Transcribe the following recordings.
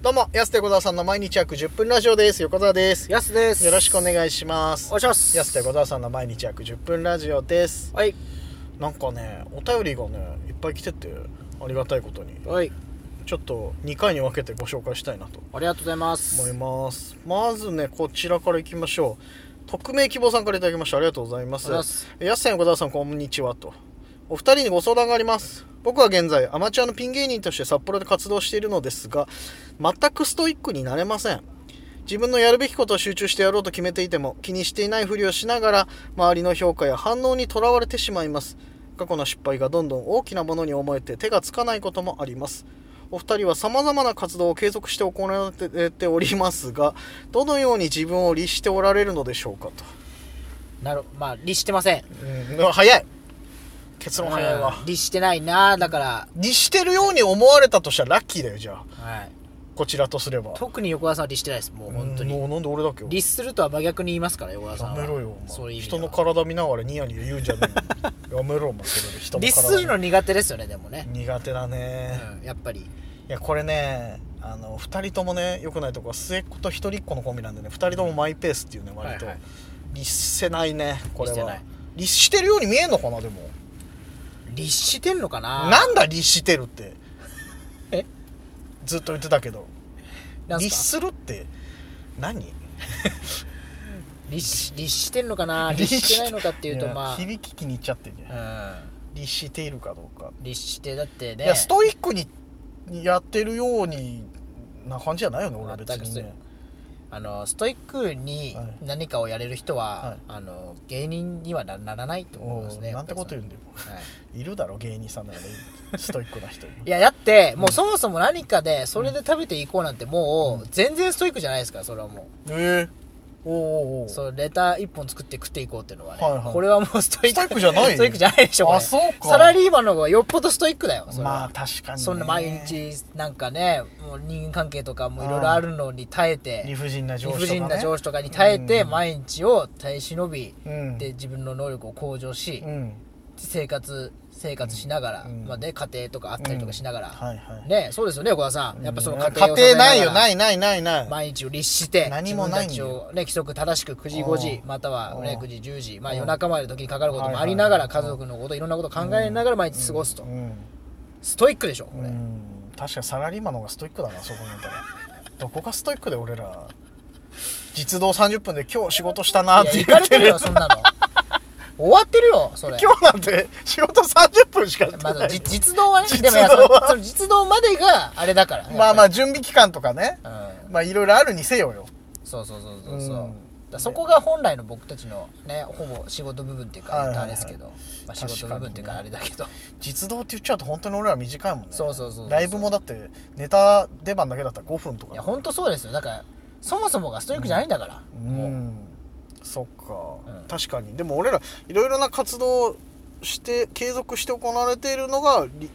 どうも、安手小沢さんの毎日約10分ラジオです。横澤です。よやすですろしくおお願願いします。いします安手小沢さんの毎日約10分ラジオです。はいなんかね、お便りがね、いっぱい来てて、ありがたいことに、はいちょっと2回に分けてご紹介したいなとありがとうございます思います。まずね、こちらからいきましょう。匿名希望さんからいただきました。ありがとうございまあすり。がとうございます安さん、横澤さん、こんにちはと。お二人にご相談があります。僕は現在、アマチュアのピン芸人として札幌で活動しているのですが、全くストイックになれません。自分のやるべきことを集中してやろうと決めていても、気にしていないふりをしながら、周りの評価や反応にとらわれてしまいます。過去の失敗がどんどん大きなものに思えて手がつかないこともあります。お二人は様々な活動を継続して行われておりますが、どのように自分を律しておられるのでしょうかと。なるまあ律してませんうん、早い結論早いわうん律してないなだから、律してるように思われたとしたらラッキーだよじゃあはい、こちらとすれば特に横田さんは律してないですもう本当うんにもうなんで俺だっけ律するとは真逆に言いますから横田さんやはめろよおそういう前意味人の顔体見ながらニヤニヤ言うんじゃねえよやめろお前それで人の律体するの苦手ですよねでもね、苦手だね、うん、やっぱりいやこれねあの2人ともね良くないとこは末っ子と一人っ子のコンビなんでね2人ともマイペースっていうね割と、はいはい律せないねこれ律せなはい律してるように見えんのかなでも律してんのかななんだ律してるってえずっと言ってたけどなん律すかするって何律し律してんのかな律してないのかっていうとやま響き気に入っちゃってんじゃんあ、律しているかどうか、うん、律してだってねいやストイックにやってるようにな感じじゃないよね俺は別に全ねくあのストイックにはい何かをやれる人は、はいあの芸人にはなならないと思いますねおうなんてこと言うんだよはいいるだろ芸人さんならいいストイックな 人いるいやだってもうそもそも何かでそれで食べていこうなんてもう全然ストイックじゃないですからそれはもええおうおうおううそうレター1本作って食っていこうっていうのはね、はいはいこれはもうストイスックトイックじゃないストイックじゃないでしょこれあそうかサラリーマンの方がよっぽどストイックだよそれはまあ確かに、ね、そんな毎日なんかねもう人間関係とかもいろいろあるのに耐えて理不尽な上司とか、理ね、不尽な上司とかに耐えてうん毎日を耐え忍びうんで自分の能力を向上しうん生活生活しながら、うんまあね、家庭とかあったりとかしながら、はいはいねそうですよね横田さんやっぱその家う庭んを家庭ないよ支えがらないないないない毎日を律して何自も分なたいんだちよを、ね、規則正しく9時5時うんまたは、ね、うん9時10時、まあ、うん夜中までの時にかかることもありながらはいはい家はい族のこといろんなこと考えながら毎日過ごすと、うんストイックでしょこうれ、ん確かにサラリーマンの方がストイックだなそこにいたらどこがストイックで俺ら実動30分で今日仕事したなっいやて行言かっれててるるよそんなの終わってるよそれ今日なんて仕事30分しかやってまなだいじ実動はね実で動もいはやそのその実動までがあれだからまあまああ準備期間とかねまあいろいろあるにせよよそうそうそうそうそううんだからそこが本来の僕たちのねほぼ仕事部分っていうはいかはいはいあれですけど、まあ、仕事部分っていうかあれだけど、実動って言っちゃうと本当に俺ら短いもんねそうそうそうそうライブもだってネタ出番だけだったら5分とかいや本当そうですよだからそもそもがストイックじゃないんだから、うもうんそっか、うん確かにでも俺らいろいろな活動をして継続して行われているのがり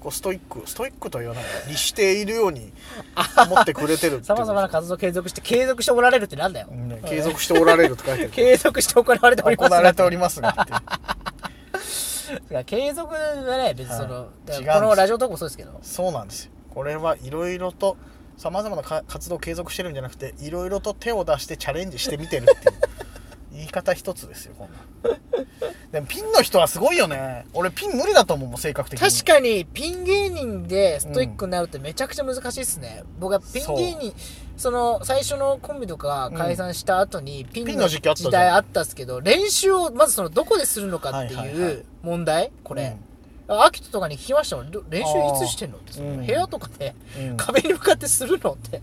こうストイックストイックとは言わないか律しているように思ってくれてる ってさまざまな活動を継続して継続しておられるってなんだよ、うんね継続しておられるって書いてる 継続して行われており行ますわれておりりますがって継続はね別にその、はいだ違うからんですこのラジオトークもそうですけどそうなんですよこれはいろいろとさまざまなか活動を継続してるんじゃなくていろいろと手を出してチャレンジしてみ てるっていう言い方一つですよこんなんでもピンの人はすごいよね俺ピン無理だと思うもん性格的に確かにピン芸人でストイックになるってめちゃくちゃ難しいですね、僕はピン芸人その最初のコンビとか解散した後にピピンンのの時時期あったじゃん代あったっすけど練習をまずそのどこでするのかってはいはいはいいう問題これ、うんアキトとかに聞きましたもんど練習あーいつしてんのってそうのん部屋とかでうん壁に向かってするのって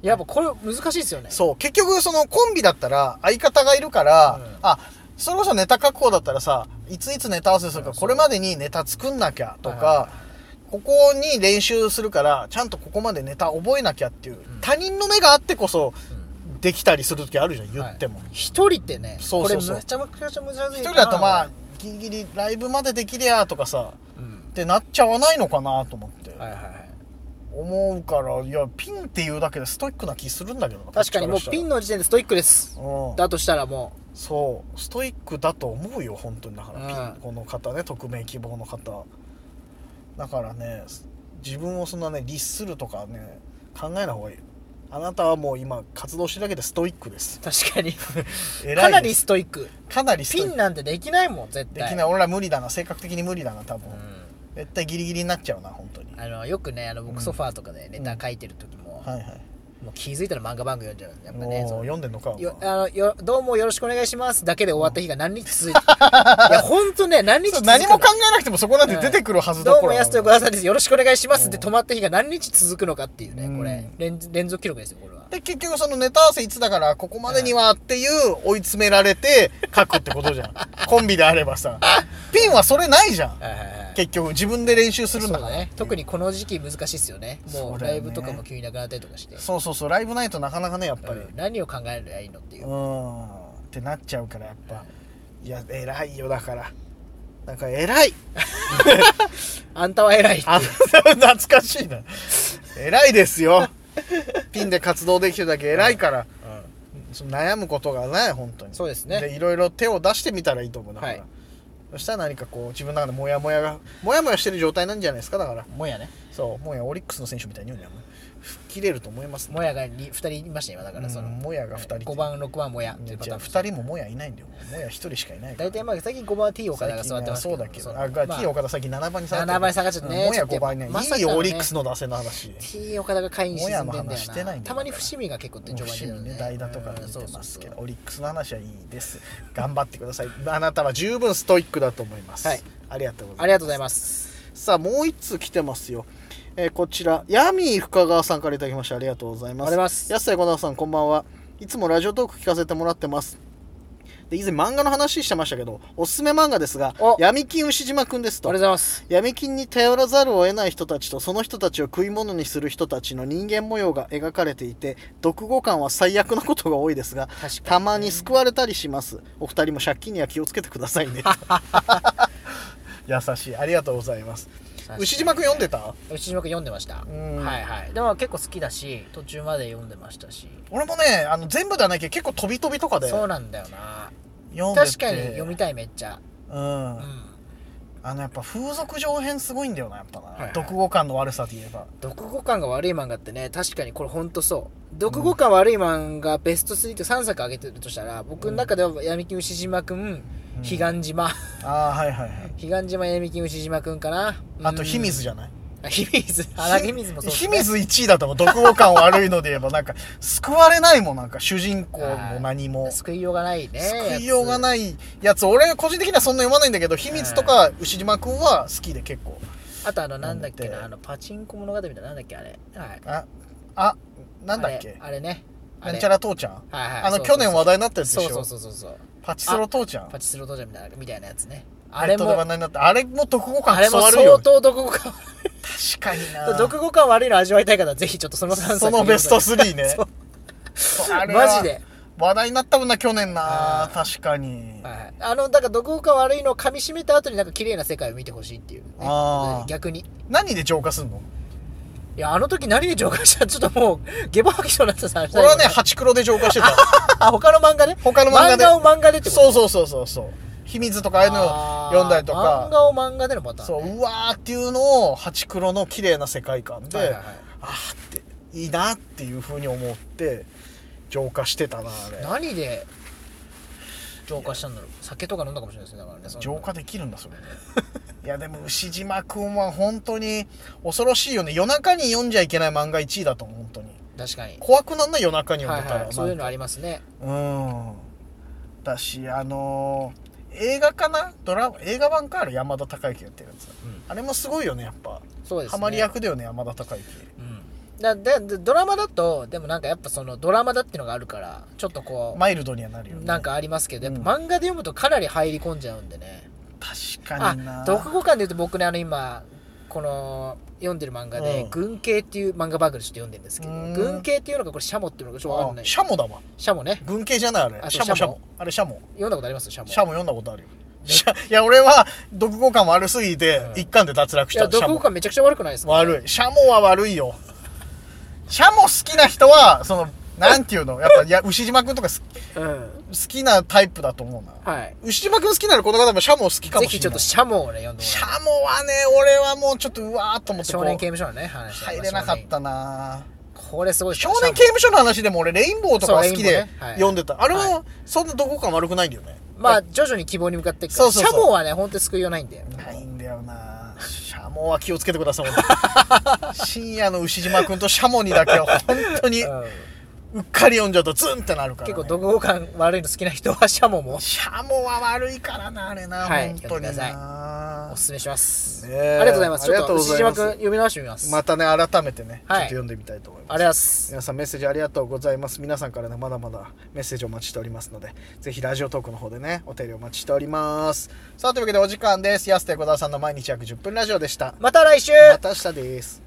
やっぱこれ難しいですよねそう結局そのコンビだったら相方がいるから、うんあそれこそネタ確保だったらさいついつネタ合わせするからそうこれまでにネタ作んなきゃとはいはか、ここに練習するからちゃんとここまでネタ覚えなきゃっていう、他人の目があってこそできたりする時あるじゃん言っても、一人ってねそうこそれうそうめちゃくちゃ難しいな一人だとまあギリギリライブまでできりゃとかさうんってなっちゃわないのかなと思って、はいはいはい思うからいやピンっていうだけでストイックな気するんだけどな確かにもうピンこの時点でストイックですっちからしたらうんだとしたらもそうストイックだと思うよ本当にだから、うんピンこの方ね匿名希望の方だからねす自分をそんなね律するとかね考えない方がいいあなたはもう今活動してるだけでストイックです確かに。 偉いかなりですストイック。かなりストイピッンクなんてできないもん、絶で対。きない俺ら無理だな性格的に無理だな多分、うん絶対ギリギリになっちゃうな本当にあの、よくね、あの、う僕んソファーとかでネタ書いてる時も、はいはいもう気づいたら漫画番組読んじゃうんですやっぱもうね。その読んでんのかよお前あのよどうもよろしくお願いしますだけで終わった日が何日 続いていやほんとね何日そう続く何もの考えなくてもそこなんて出てくるはずだどうもや安すとよくださいですよろしくお願いしますってうん止まった日が何日続くのかっていうねうんこれ連連続記録ですよこれはで結局そのネタ合わせいつだからここまでにはっていう追い詰められて書くってことじゃ んコンビであればさピンはそれないじゃん結局自分で練習するんだそうからだね特にこの時期難しいっすよねもそううだよラねイブとかも急になくなったりとかしてそうそうそうライブないとなかなかねやっぱりうん何を考えればいいのっていううーんってなっちゃうからやっぱいや偉いよだからなんか偉いあんたは偉いあ 懐かしいな偉いですよピンで活動できるだけ偉いからその悩むことがない本当にそうですねいろいろ手を出してみたらいいと思うだから、はいそしたら何かこう自分の中でモヤモヤがモヤモヤしてる状態なんじゃないですかだからもやねそうもうやオリックスの選手みたいに言うのやもう吹っ切れると思いますもやが2人いました今だからそのうんもやが二人5番6番もやっていうパじタゃーあン2人ももやいないんだよもや1人しかいないから大体まあ最近5番は T 岡田が座ってますそうだけど、あ、あが T 岡田最近7番に下がってる7番に下がっちゃってねうんもやちょっと5番にねまさかいいねよオリックスの打線の話 T 岡田が会員沈んでんだもやよの話してないなんだよたまに伏見が結構序盤伏出るよ見ね代打とかうん出そてうそうますけどそうオリックスの話はいいです頑張ってください あなたは十分ストイックだと思います、はいありがとうございますありがとうございますさあもう一通来てますよ、えーこちらヤミー深川さんからいただきましてありがとうございますありがとうございます安田小田さんこんばんはいつもラジオトーク聞かせてもらってますで以前漫画の話してましたけどおすすめ漫画ですがお闇金牛島くんですありがととうございます闇金に頼らざるを得ない人たちとその人たちを食い物にする人たちの人間模様が描かれていて読後感は最悪なことが多いですが確かにたまに救われたりしますお二人も借金には気をつけてくださいね 優しいありがとうございます牛島くん読んでた牛島君読んでましたうんはいはいでも結構好きだし途中まで読んでましたし俺もねあの全部ではないけど結構飛び飛びとかでそ読うんなんだよなでて確かに読みたいめっちゃうん、うんあのやっぱ風俗上編すごいんだよなやっぱな、はいはい読後感の悪さで言えば読後感が悪い漫画ってね確かにこれほんとそう読後感悪い漫画ベスト3と3作挙げてるとしたら僕の中では闇金牛島くん彼岸島 ああはいはいはい彼岸島闇金牛島くんかなあと秘うん密じゃないあ秘密 荒木秘密もそうです秘ね密1位だと思う読後感悪いので言えばなんか救われないもんなんか主人公も何 も救いようがないね救いようがいないやつ俺個人的にはそんな読まないんだけど秘密とか牛島くんは好きで結構あとあのなんだっけなんなてあのパチンコ物語みたいななんだっけあれはいああなんだっけあれあれねあなれんちゃら父ちゃんはいはいあのそう去年話題になったやつでそうしそょうそうそうそうパチスロ父ちゃんパチスロドジャーみたいなみたいなやつねああれれもも話題になったあれも読後感あれも触る相よ当読後感確かにな読後感悪いの味わいたい方はぜひちょっとその3作そのベスト3ねそうそうあれはマジで、話題になったもんな去年あなー確かにはいはい、あのだから読後感悪いのを噛み締めた後になんか綺麗な世界を見てほしいっていう、ねあー逆にい何で浄化すんのやあの時何で浄化したちょっともうゲボ吐きそうになったさ俺はねハチクロで浄化してたあ他の漫画ね他の漫画でを漫画でってことそうそうそうそうそう秘密とかああいうのあー読んだりと漫か画を漫画でのパターン、そね、ううわーっていうのをハチクロの綺麗な世界観で、はいはいはいあーっていいなっていうふうに思って浄化してたなあれ何で浄化したんだろう酒とか飲んだかもしれないですねだからねその浄化できるんだそれね いやでも牛島くんは本当に恐ろしいよね夜中に読んじゃいけない漫画1位だと思う本当に確かに怖くなんない夜中には読んいでたら、はいそういうのありりますねうんだしあのー映画かなドラマ映画版かある山田孝之やってるやつ、んあれもすごいよねやっぱそうですねハマり役だよね山田孝之うんだででドラマだとでもなんかやっぱそのドラマだってのがあるからちょっとこう、マイルドにはなるよねなんかありますけどやっぱうん漫画で読むとかなり入り込んじゃうんでね、確かになあ読後感で言うと僕ねあの今この読んでる漫画で「うん軍系」っていう漫画バグでちょっと読んでるんですけどうん軍系っていうのがこれシャモっていうのがちょっとわかんあないシャモだわシャモね軍系じゃないあれあシそうャモシシャャモモあれシャモ読んだことありますシャモシャモ読んだことあるよシャいや俺は読後感悪すぎてうん一巻で脱落しいやたシャ読後モ感めちゃくちゃ悪くないですか悪いシャモは悪いよシャモ好きな人はそのなんていうのやっぱいや牛島くんとか好きうん好きなタイプだと思うなはい牛島くん好きならこの方もシャモ好きかもぜしひれちょなっいとシャモをね読んでもシらャモはね俺はもうちょっとうわーっと思うってこ少年刑う務所のね話入れなかったなこれすごい少年刑務所の話でも俺レインボーとかは好きそうレイでンボーねはい読んでた、あれははそんなどこか悪くないんだよねまあ徐々に希望に向かっていくかそらうそうそうシャモはね本当に救いようないんだよないんだよなシャモは気をつけてください俺深夜の牛島君とシャモにだけは本当に うんうっかり読んじゃうとズンってなるから、ね、結構独語感悪いの好きな人はシャモもシャモは悪いからなあれな、はい本当にやってくだなおすすめします、ねえありがとうございますちょあっりがととうご牛ざいま島す君読み直してみます、またね改めてね、はちょっいと読んでみたいと思いますありがとうございます皆さんメッセージありがとうございます皆さんからねまだまだメッセージお待ちしておりますのでぜひラジオトークの方でねお手入れお待ちしておりますさあというわけでお時間です安手小沢さんの毎日約10分ラジオでしたまた来週また明日です